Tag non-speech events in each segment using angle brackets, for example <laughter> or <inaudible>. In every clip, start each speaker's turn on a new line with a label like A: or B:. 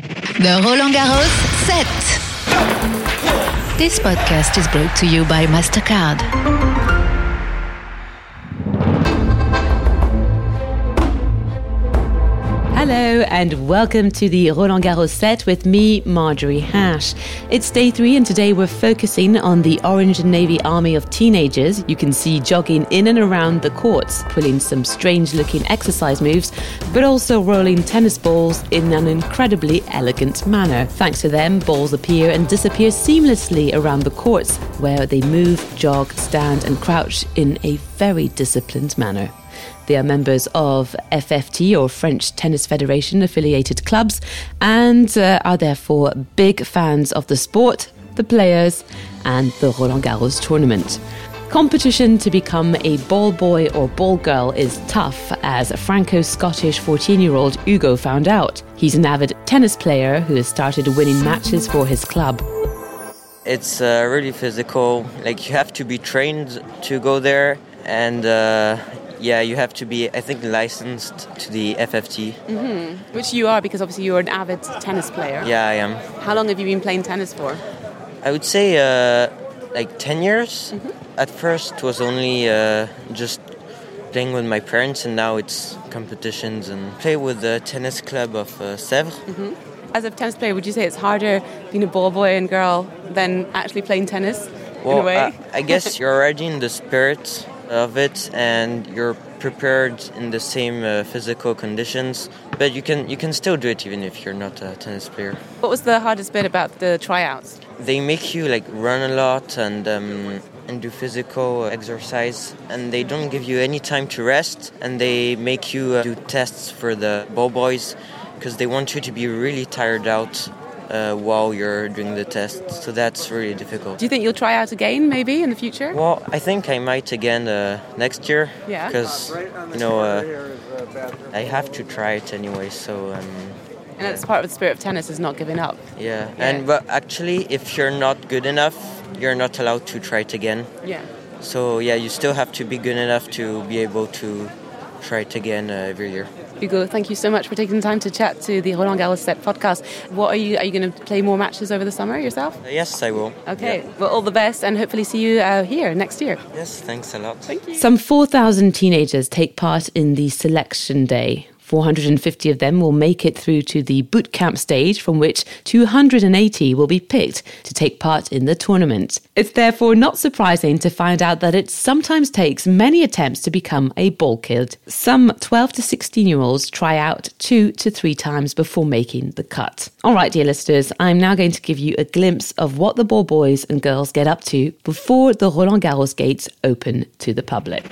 A: The Roland Garros set. This podcast is brought to you by MasterCard.
B: Hello and welcome to the Roland Garros set with me, Marjorie Hash. It's day three, and today we're focusing on the Orange and Navy army of teenagers you can see jogging in and around the courts, pulling some strange looking exercise moves, but also rolling tennis balls in an incredibly elegant manner. Thanks to them, balls appear and disappear seamlessly around the courts, where they move, jog, stand, and crouch in a very disciplined manner. They are members of FFT or French Tennis Federation affiliated clubs and uh, are therefore big fans of the sport, the players, and the Roland Garros tournament. Competition to become a ball boy or ball girl is tough, as Franco Scottish 14 year old Hugo found out. He's an avid tennis player who has started winning matches for his club.
C: It's uh, really physical, like you have to be trained to go there, and uh, yeah, you have to be, I think, licensed to the FFT.
D: Which you are because obviously you're an avid tennis player.
C: Yeah, I am.
D: How long have you been playing tennis for?
C: I would say uh, like 10 years. At first, it was only uh, just playing with my parents, and now it's competitions and play with the tennis club of uh, Sèvres.
D: As a tennis player, would you say it's harder being a ball boy and girl than actually playing tennis in a
C: Well, uh,
D: way?
C: I, I
D: <laughs>
C: guess you're already in the spirit of it, and you're prepared in the same uh, physical conditions. But you can you can still do it even if you're not a tennis player.
D: what was the hardest bit about the tryouts?
C: They make you like run a lot and um, and do physical exercise, and they don't give you any time to rest. And they make you uh, do tests for the ball boys because they want you to be really tired out. Uh, while you're doing the test, so that's really difficult.
D: Do you think you'll try out again maybe in the future?
C: Well, I think I might again uh, next year.
D: Yeah.
C: Because you know, uh, I have to try it anyway. So um,
D: and that's part of the spirit of tennis is not giving up.
C: yeah.
D: Yeah.
C: And but actually, if you're not good enough, you're not allowed to try it again.
D: Yeah.
C: So yeah, you still have to be good enough to be able to try it again uh, every year.
D: Hugo, thank you so much for taking the time to chat to the Roland Garros Set podcast. What are you are you going to play more matches over the summer yourself?
C: Uh, yes, I will.
D: Okay.
C: Yeah.
D: Well, all the best and hopefully see you uh, here next year.
C: Yes, thanks a lot.
B: Some 4,000 teenagers take part in the selection day. 450 of them will make it through to the boot camp stage, from which 280 will be picked to take part in the tournament. It's therefore not surprising to find out that it sometimes takes many attempts to become a ball kid. Some 12 to 16 year olds try out two to three times before making the cut. All right, dear listeners, I'm now going to give you a glimpse of what the ball boys and girls get up to before the Roland Garros gates open to the public.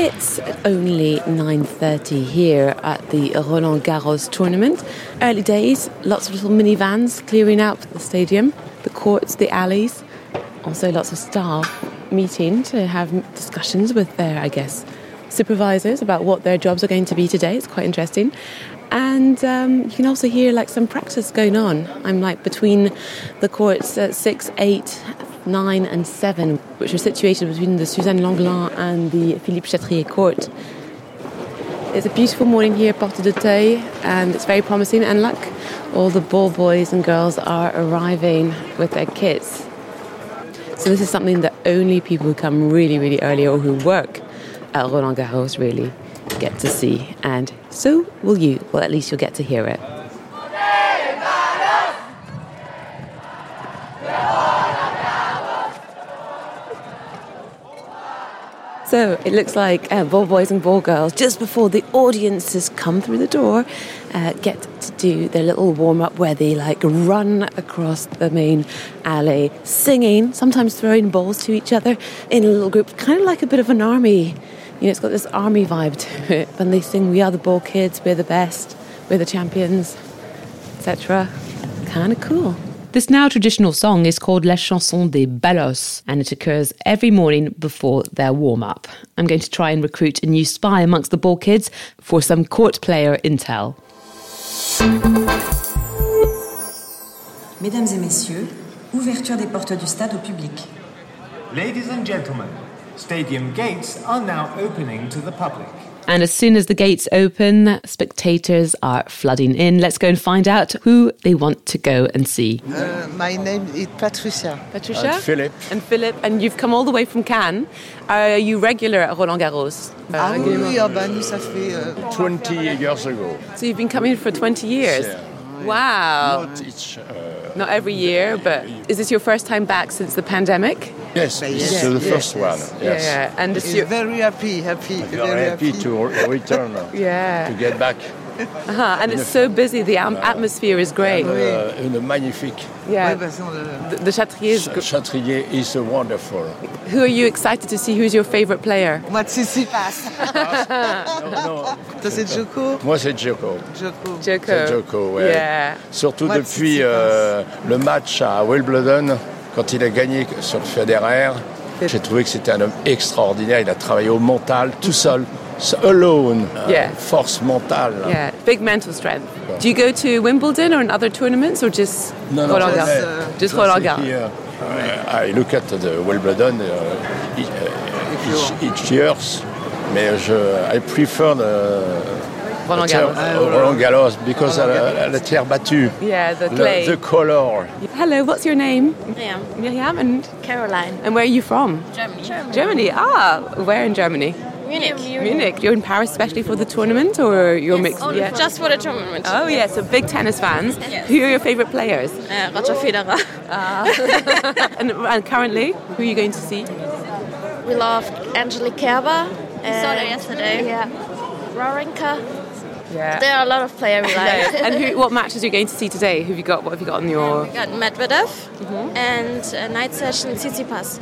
D: It's only 9:30 here at the Roland Garros tournament. Early days, lots of little minivans clearing out the stadium, the courts, the alleys. Also, lots of staff meeting to have discussions with their, I guess, supervisors about what their jobs are going to be today. It's quite interesting. And um, you can also hear like some practice going on. I'm like between the courts at six, eight, 9 and 7, which are situated between the Suzanne Langlin and the Philippe Chatrier court. It's a beautiful morning here at Porte de Teuil, and it's very promising. And look, all the ball boys and girls are arriving with their kits. So, this is something that only people who come really, really early or who work at Roland Garros really get to see. And so will you. Well, at least you'll get to hear it. So it looks like uh, ball boys and ball girls, just before the audiences come through the door, uh, get to do their little warm up where they like run across the main alley, singing, sometimes throwing balls to each other in a little group, kind of like a bit of an army. You know, it's got this army vibe to it. When they sing, "We are the ball kids, we're the best, we're the champions," etc. Kind of cool.
B: This now traditional song is called La Chanson des Ballos, and it occurs every morning before their warm up. I'm going to try and recruit a new spy amongst the ball kids for some court player intel.
E: Mesdames et messieurs, ouverture des portes du stade au public.
F: Ladies and gentlemen, stadium gates are now opening to the public.
G: And as soon as the gates open, spectators are flooding in. Let's go and find out who they want to go and see.
H: Uh, my name is Patricia.
D: Patricia?
I: And Philip.
D: And Philip, and you've come all the way from Cannes. Are you regular at Roland Garros? Uh,
H: Ah oui, oui, ah bah, nous, ça fait. euh,
I: 20 years ago.
D: So you've been coming for 20 years?
I: Yeah.
D: Wow.
I: Not each, uh,
D: Not every year, but is this your first time back since the pandemic?
I: yes, this
H: yes,
I: is
H: yes,
I: the first one.
H: yes.
I: Yes.
D: Yeah, and it's
H: is
D: your,
H: very happy, happy,
I: We are
H: very
I: happy to re- return. uh,
D: Yeah.
I: To get back.
D: uh, and it's so busy. The am- atmosphere is great.
I: Uh, in the magnifique.
H: Ouais,
D: Yeah,
H: bah, c'est- on le-
D: the, the Chatrier is.
I: Ch-
D: Gr-
I: Chatrier is uh, wonderful.
D: Who are you excited to see? Who's your favorite player?
H: Moi, Tsitsipas.
B: Ah,
I: No, no,
H: Toi, c'est Joko.
I: moi c'est Djoko.
H: Joko.
D: Joko.
I: C'est Djoko, ouais.
D: Yeah.
I: Surtout
H: Moi,
I: depuis
H: Tsitsipas.
I: euh, le match à Wimbledon, quand il a gagné sur Federer, j'ai trouvé que c'était un homme extraordinaire. Il a travaillé au mental, tout seul, s- alone, Euh,
D: Yeah.
I: force mentale.
D: Yeah, big mental strength. Do you go to Wimbledon or in other tournaments or just
I: Non, non,
D: Roland
I: jamais.
D: Garros? Just
I: Toi,
D: Roland
I: c'est
D: Garros.
I: qui, euh, I I look at the Wimbledon uh, each, uh, each- each years, mais je, I prefer the
D: Roland
I: the term,
D: Garros.
I: uh, Roland Garros because uh, la terre battue,
D: Yeah, the
I: Le-
D: clay.
I: the color.
D: Hello, what's your name?
J: Miriam.
D: Miriam, and,
J: Caroline.
D: and where are you from?
J: Germany.
D: Germany. Ah, where in Germany?
J: Munich.
D: Munich. You're in Paris especially for the tournament or you're mixed?
J: Only
D: yeah.
J: Just for the tournament.
D: Oh yeah, so big tennis fans. Who are your favourite players? Ah.
J: Uh, Roger Federer.
D: <laughs> And, and currently, who are you going to see?
K: We loved Angelique Kerber. We
J: saw her yesterday.
K: Yeah. Rarinka.
D: Yeah.
K: There are a lot of players we like.
D: and who, what matches are you going to see today? Who have you got? What have you got on your?
J: Um,
D: Mm-hmm.
J: We got Medvedev and a night session Tsitsipas.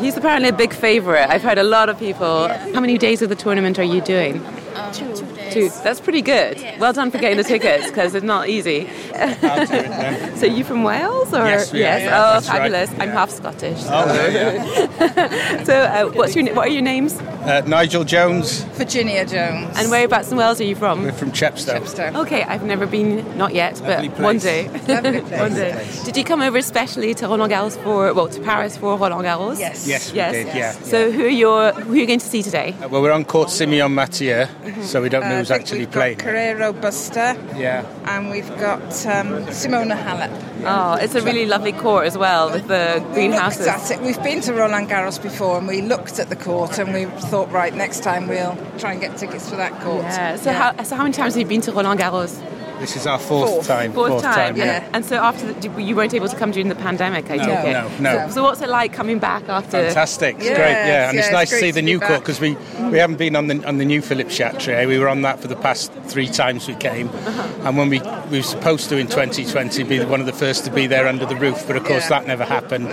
D: <gasps> He's apparently a big favourite. I've heard a lot of people. How many days of the tournament are you doing?
J: Um, Two. Two days.
D: Two. That's pretty good. Well done for getting the tickets because it's not easy. <laughs> so you from Wales or?
B: Yes, we are,
D: yes.
B: yeah,
D: oh,
B: that's right,
D: fabulous! I'm
B: yeah.
D: half Scottish. So,
B: Oh, yeah.
D: <laughs> uh, what's your? What are your names?
B: uh, Nigel Jones.
L: Virginia Jones.
D: And whereabouts in Wales are you from?
L: <laughs>
B: We're from Chepstow.
D: Okay, I've never been, not yet,
B: Lovely
D: but one
B: place.
D: day. <laughs>
L: Lovely
D: one
L: place.
D: day. Did you come over especially to Roland Garros for, well, to Paris for Roland Garros?
L: Yes.
B: Yes, we
D: Yes.
B: did, yeah.
D: So who are your, who are you going to see today?
B: Uh, well, we're on court Simeon Mathieu, so we don't know
L: I
B: who's
L: think
B: actually
L: we've
B: playing.
L: Got Carrero Buster,
B: Yeah.
L: and we've got um, Simona Halep.
D: Oh, it's a really lovely court as well with the greenhouses.
L: We looked at it. We've been to Roland Garros before, and we looked at the court, and we thought, right, next time we'll try and get tickets for that court.
D: Yeah. So, How, so how many times have you been to Roland Garros?
B: This is our fourth,
L: Fourth.
B: time.
L: yeah.
D: And so after the, you weren't able to come during the pandemic, I
B: No,
D: take it.
B: no, no.
D: So, so what's it like coming back after?
B: Fantastic. It's
L: Yes,
B: great, yeah. And
L: yes,
B: it's nice to
L: great
B: see
L: to
B: the
L: be
B: new court
L: back.
B: because we, we haven't been on the on the new Philip Chatrier. We were on that for the past three times we came.
L: Uh-huh.
B: And when we, we were supposed to in 2020 be one of the first to be there under the roof, but of course
L: Yeah. Uh-huh.
B: that never happened.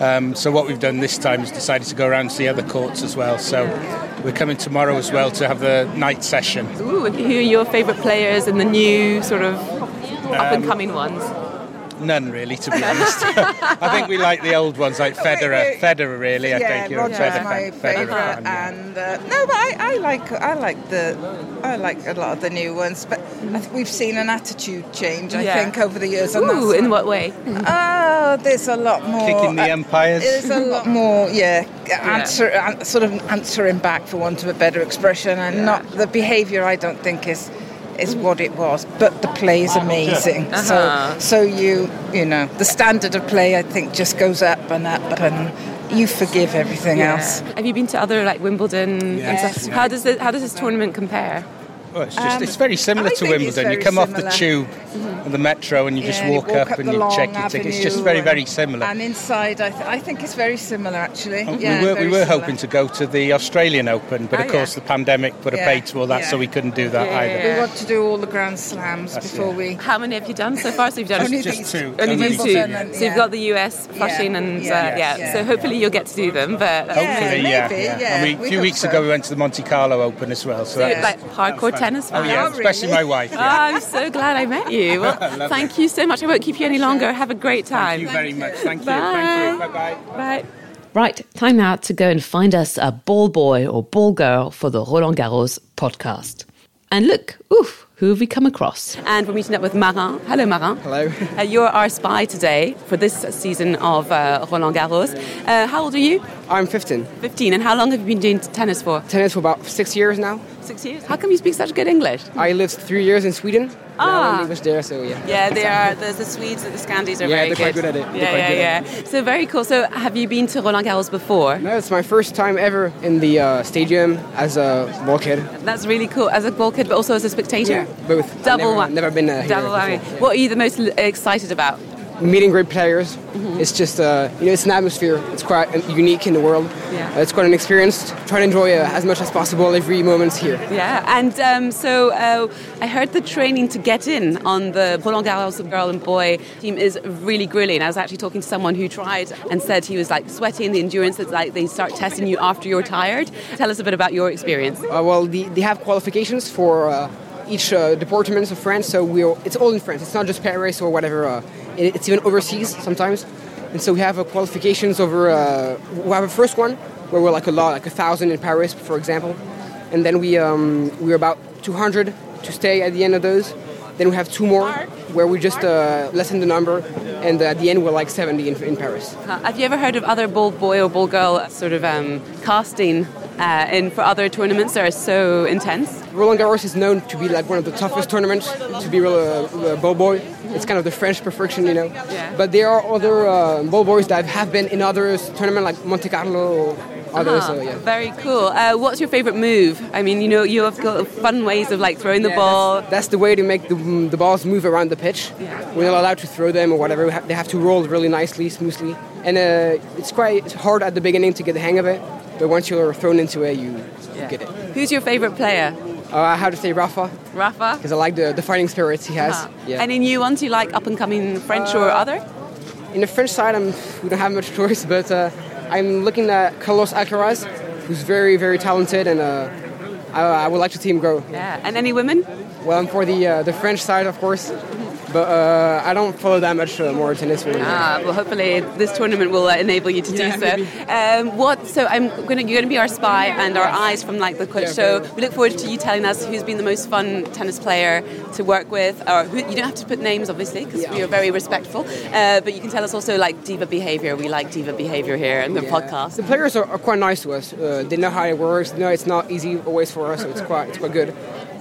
B: Um, so what we've done this time is decided to go around to the other courts as well. So we're coming tomorrow as well to have the night session.
D: Ooh, and who are your favourite players and the new sort of
B: Um,
D: up and coming ones?
B: None really, to be
L: <laughs>
B: honest. I think we like the old ones, like Federer.
L: wait.
B: Federer, really. I
L: yeah,
B: think you're a
L: Roger's
B: Federer
L: my
B: fan. Federer
L: favourite,
B: fan, yeah.
L: and uh, no, but I, I like I like the I like a lot of the new ones, but I think we've seen an attitude change. I
D: Yeah.
L: think over the years. on
D: Ooh,
L: that
D: in what way?
L: Oh, there's a lot more.
B: Kicking the
L: uh,
B: umpires.
L: There's a lot more, yeah, answer, an- sort of answering back, for want of a better expression, and not the behaviour. I don't think is is what it was, but the play is amazing. So, so you, you know, the standard of play, I think, just goes up and up, and you forgive everything else.
D: Have you been to other like Wimbledon and
B: Yes.
D: stuff? How does it, how does this tournament compare?
B: Well, it's, just, it's very similar
L: Um, I
B: to
L: think it's
B: Wimbledon. You
L: very
B: come off the
L: similar. Mm-hmm.
B: tube and the metro and you just
L: Yeah, you
B: walk, up, and
L: the
B: you
L: long
B: check your ticket. It's just
L: avenue
B: very,
L: and-
B: very similar.
L: And inside, I, th- I think it's very similar, actually.
B: And
L: Yeah,
B: we were,
L: very
B: we were
L: similar.
B: hoping to go to the Australian Open, but
L: Ah,
B: of course
L: yeah.
B: the pandemic put a
L: Yeah,
B: pay to all that,
L: yeah.
B: so we couldn't do that
D: Yeah,
B: either.
D: yeah,
L: We want to do all the Grand Slams
B: That's-
L: before
B: yeah.
L: we
D: How many have you done so far? So you've done
L: Only
B: Just
L: these-
B: two.
D: only
B: Only
D: these
B: these
D: two.
L: two, yeah.
D: So you've got the US flushing and
L: Yeah,
D: uh, yeah.
L: yeah.
D: So hopefully you'll get to do them, but that's
B: Hopefully,
L: Yeah,
B: yeah.
L: maybe,
B: yeah.
L: yeah,
B: I mean,
L: we
B: a few
L: hope
B: weeks
L: so.
B: ago we went to the Monte Carlo Open as well. So
D: So
B: that
D: like
B: was-
D: hardcore tennis
B: Oh
D: fans.
B: yeah,
L: Oh,
B: especially
L: really?
B: my wife.
D: Oh, I'm so glad I
B: <laughs>
D: met you. Well, thank you so much. I won't keep you any longer. Have a great time.
B: Thank you very much. Thank you.
D: Bye.
B: Thank you. Bye bye.
D: Bye.
G: Right, time now to go and find us a ball boy or ball girl for the Roland Garros podcast. And look, oof, who have we come across?
D: And we're meeting up with Marin. Hello, Marin. Hello. Uh, you're our spy today for this season of uh, Roland Garros. Uh, how old are you?
I: I'm 15.
D: 15. And how long have you been doing tennis for?
I: Tennis for about six years now.
D: Six years. How come you speak such good English?
I: I lived three years in Sweden.
D: Ah.
I: Ah. English there, so yeah.
D: Yeah, they are. The, the Swedes and the Scandies are
I: Yeah,
D: very
I: they're quite good at it. They're
D: Yeah,
I: quite
D: yeah,
I: good
D: yeah.
I: at
D: So very cool. So have you been to Roland Garros before?
I: No, it's my first time ever in the uh, stadium as a walker.
D: That's really cool. As a ball kid, but also as a spectator.
I: Yeah, both. I've
D: Double
I: never-
D: one.
I: never been, uh, here
D: Double whammy. What are you the most l- excited about? Mm-hmm.
I: Meeting great players. It's just uh, you know it's an atmosphere. It's quite uh, unique in the world.
D: Yeah.
I: Uh, it's quite an experience. Try to enjoy uh, as much as possible every moment here.
D: Yeah, and um, so uh, I heard the training to get in on the Roland Garros girl and boy team is really grueling. I was actually talking to someone who tried and said he was like sweating the endurance. It's like they start testing you after you're tired. Tell us a bit about your experience.
I: Uh, well, the, they have qualifications for uh, each uh, department of France, so we it's all in France. It's not just Paris or whatever. Uh, it, it's even overseas sometimes, and so we have uh, qualifications over. Uh, we have a first one where we're like a lot, like a thousand in Paris, for example, and then we um, we're about 200 to stay at the end of those. Then we have two more where we just uh, lessen the number, and at the end we're like 70 in, in Paris.
D: Uh, have you ever heard of other ball boy or ball girl sort of um, casting uh, in for other tournaments that are so intense?
I: Roland Garros is known to be like one of the toughest tournaments to be a uh, ball boy. It's kind of the French perfection, you know. But there are other uh, ball boys that have been in other tournaments like Monte Carlo or others.
D: Ah,
I: So, yeah.
D: Very cool. Uh, what's your favorite move? I mean, you know, you have got fun ways of like throwing the
I: Yeah,
D: ball.
I: That's, that's the way to make the, mm, the balls move around the pitch. We're not allowed to throw them or whatever. We ha- they have to roll really nicely, smoothly. And uh, it's quite hard at the beginning to get the hang of it. But once you're thrown into it, you, you get it.
D: Who's your favorite player?
I: Uh, I have to say Rafa
D: Rafa?
I: because I like the, the fighting spirits he has.
D: Uh-huh.
I: Yeah.
D: And in new ones, you like up and coming French or
I: Uh,
D: other?
I: In the French side, I'm, we don't have much choice, <laughs> but uh, I'm looking at Carlos Alcaraz, who's very, very talented, and uh, I, I would like to see him grow.
D: Yeah. And any women?
I: Well, I'm for the uh, the French side, of course, but uh, I don't follow that much uh, more tennis. Really.
D: Ah, well, hopefully this tournament will uh, enable you to do so. Um, what? So I'm gonna, you're going to be our spy and our eyes from like the coach.
I: Yeah,
D: so we look forward to you telling us who's been the most fun tennis player to work with, or who, you don't have to put names obviously because we are very respectful. Uh, but you can tell us also like diva behavior. We like diva behavior here in the
I: Yeah.
D: podcast.
I: The players are, are quite nice to us. Uh, they know how it works. They know it's not easy always for us, so it's quite it's quite good.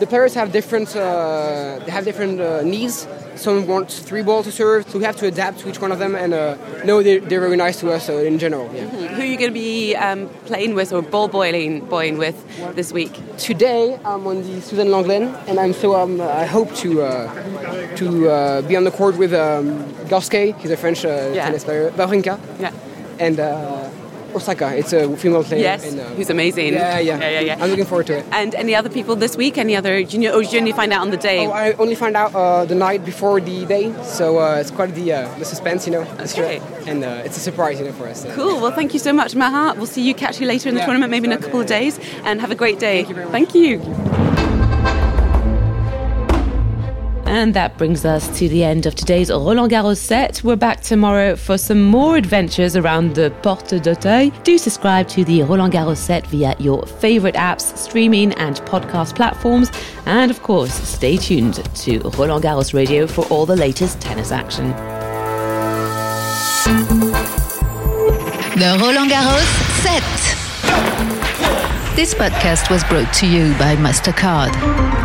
I: The players have different uh, they have different uh, needs. Some want three ball to serve, so we have to adapt to each one of them. And uh, no, they they're very nice to us. So in general, yeah.
D: Mhm. Who are you going to be um, playing with or ball boiling boying with this week?
I: Today I'm on the Suzanne Langlaine, and I'm so um, I hope to uh, to uh, be on the court with um, Gorske, he's a French uh,
D: Yeah.
I: tennis player, Babrinka,
D: Yeah.
I: and uh, Osaka. It's a female player.
D: Yes,
I: and, uh,
D: who's amazing.
I: Yeah, yeah,
D: Yeah, yeah, yeah.
I: I'm looking forward to it.
D: And any other people this week? Any other? Do you know, or do you only find out on the day?
I: Oh, I only found out uh, the night before the day, so uh, it's quite the uh, the suspense, you know.
D: Okay.
I: And uh, it's a surprise, you know, for us. uh,
D: Cool. Well, thank you so much, Maha. We'll see you catch you later in the
I: Yeah.
D: tournament, maybe in a couple of days, and have a great day. Thank you. Thank you.
G: And that brings us to the end of today's Roland Garros set. We're back tomorrow for some more adventures around the Porte d'Auteuil. Do subscribe to the Roland Garros set via your favorite apps, streaming, and podcast platforms. And of course, stay tuned to Roland Garros Radio for all the latest tennis action.
A: Le Roland Garros 7. This podcast was brought to you by Mastercard.